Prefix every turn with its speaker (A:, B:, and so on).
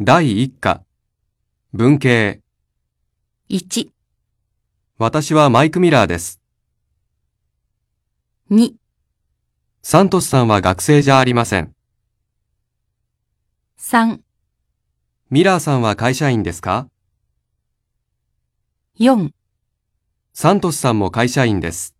A: 第1課。文系。
B: 1、
A: 私はマイク・ミラーです。
B: 2、
A: サントスさんは学生じゃありません。
B: 3、
A: ミラーさんは会社員ですか
B: 4
A: サントスさんも会社員です。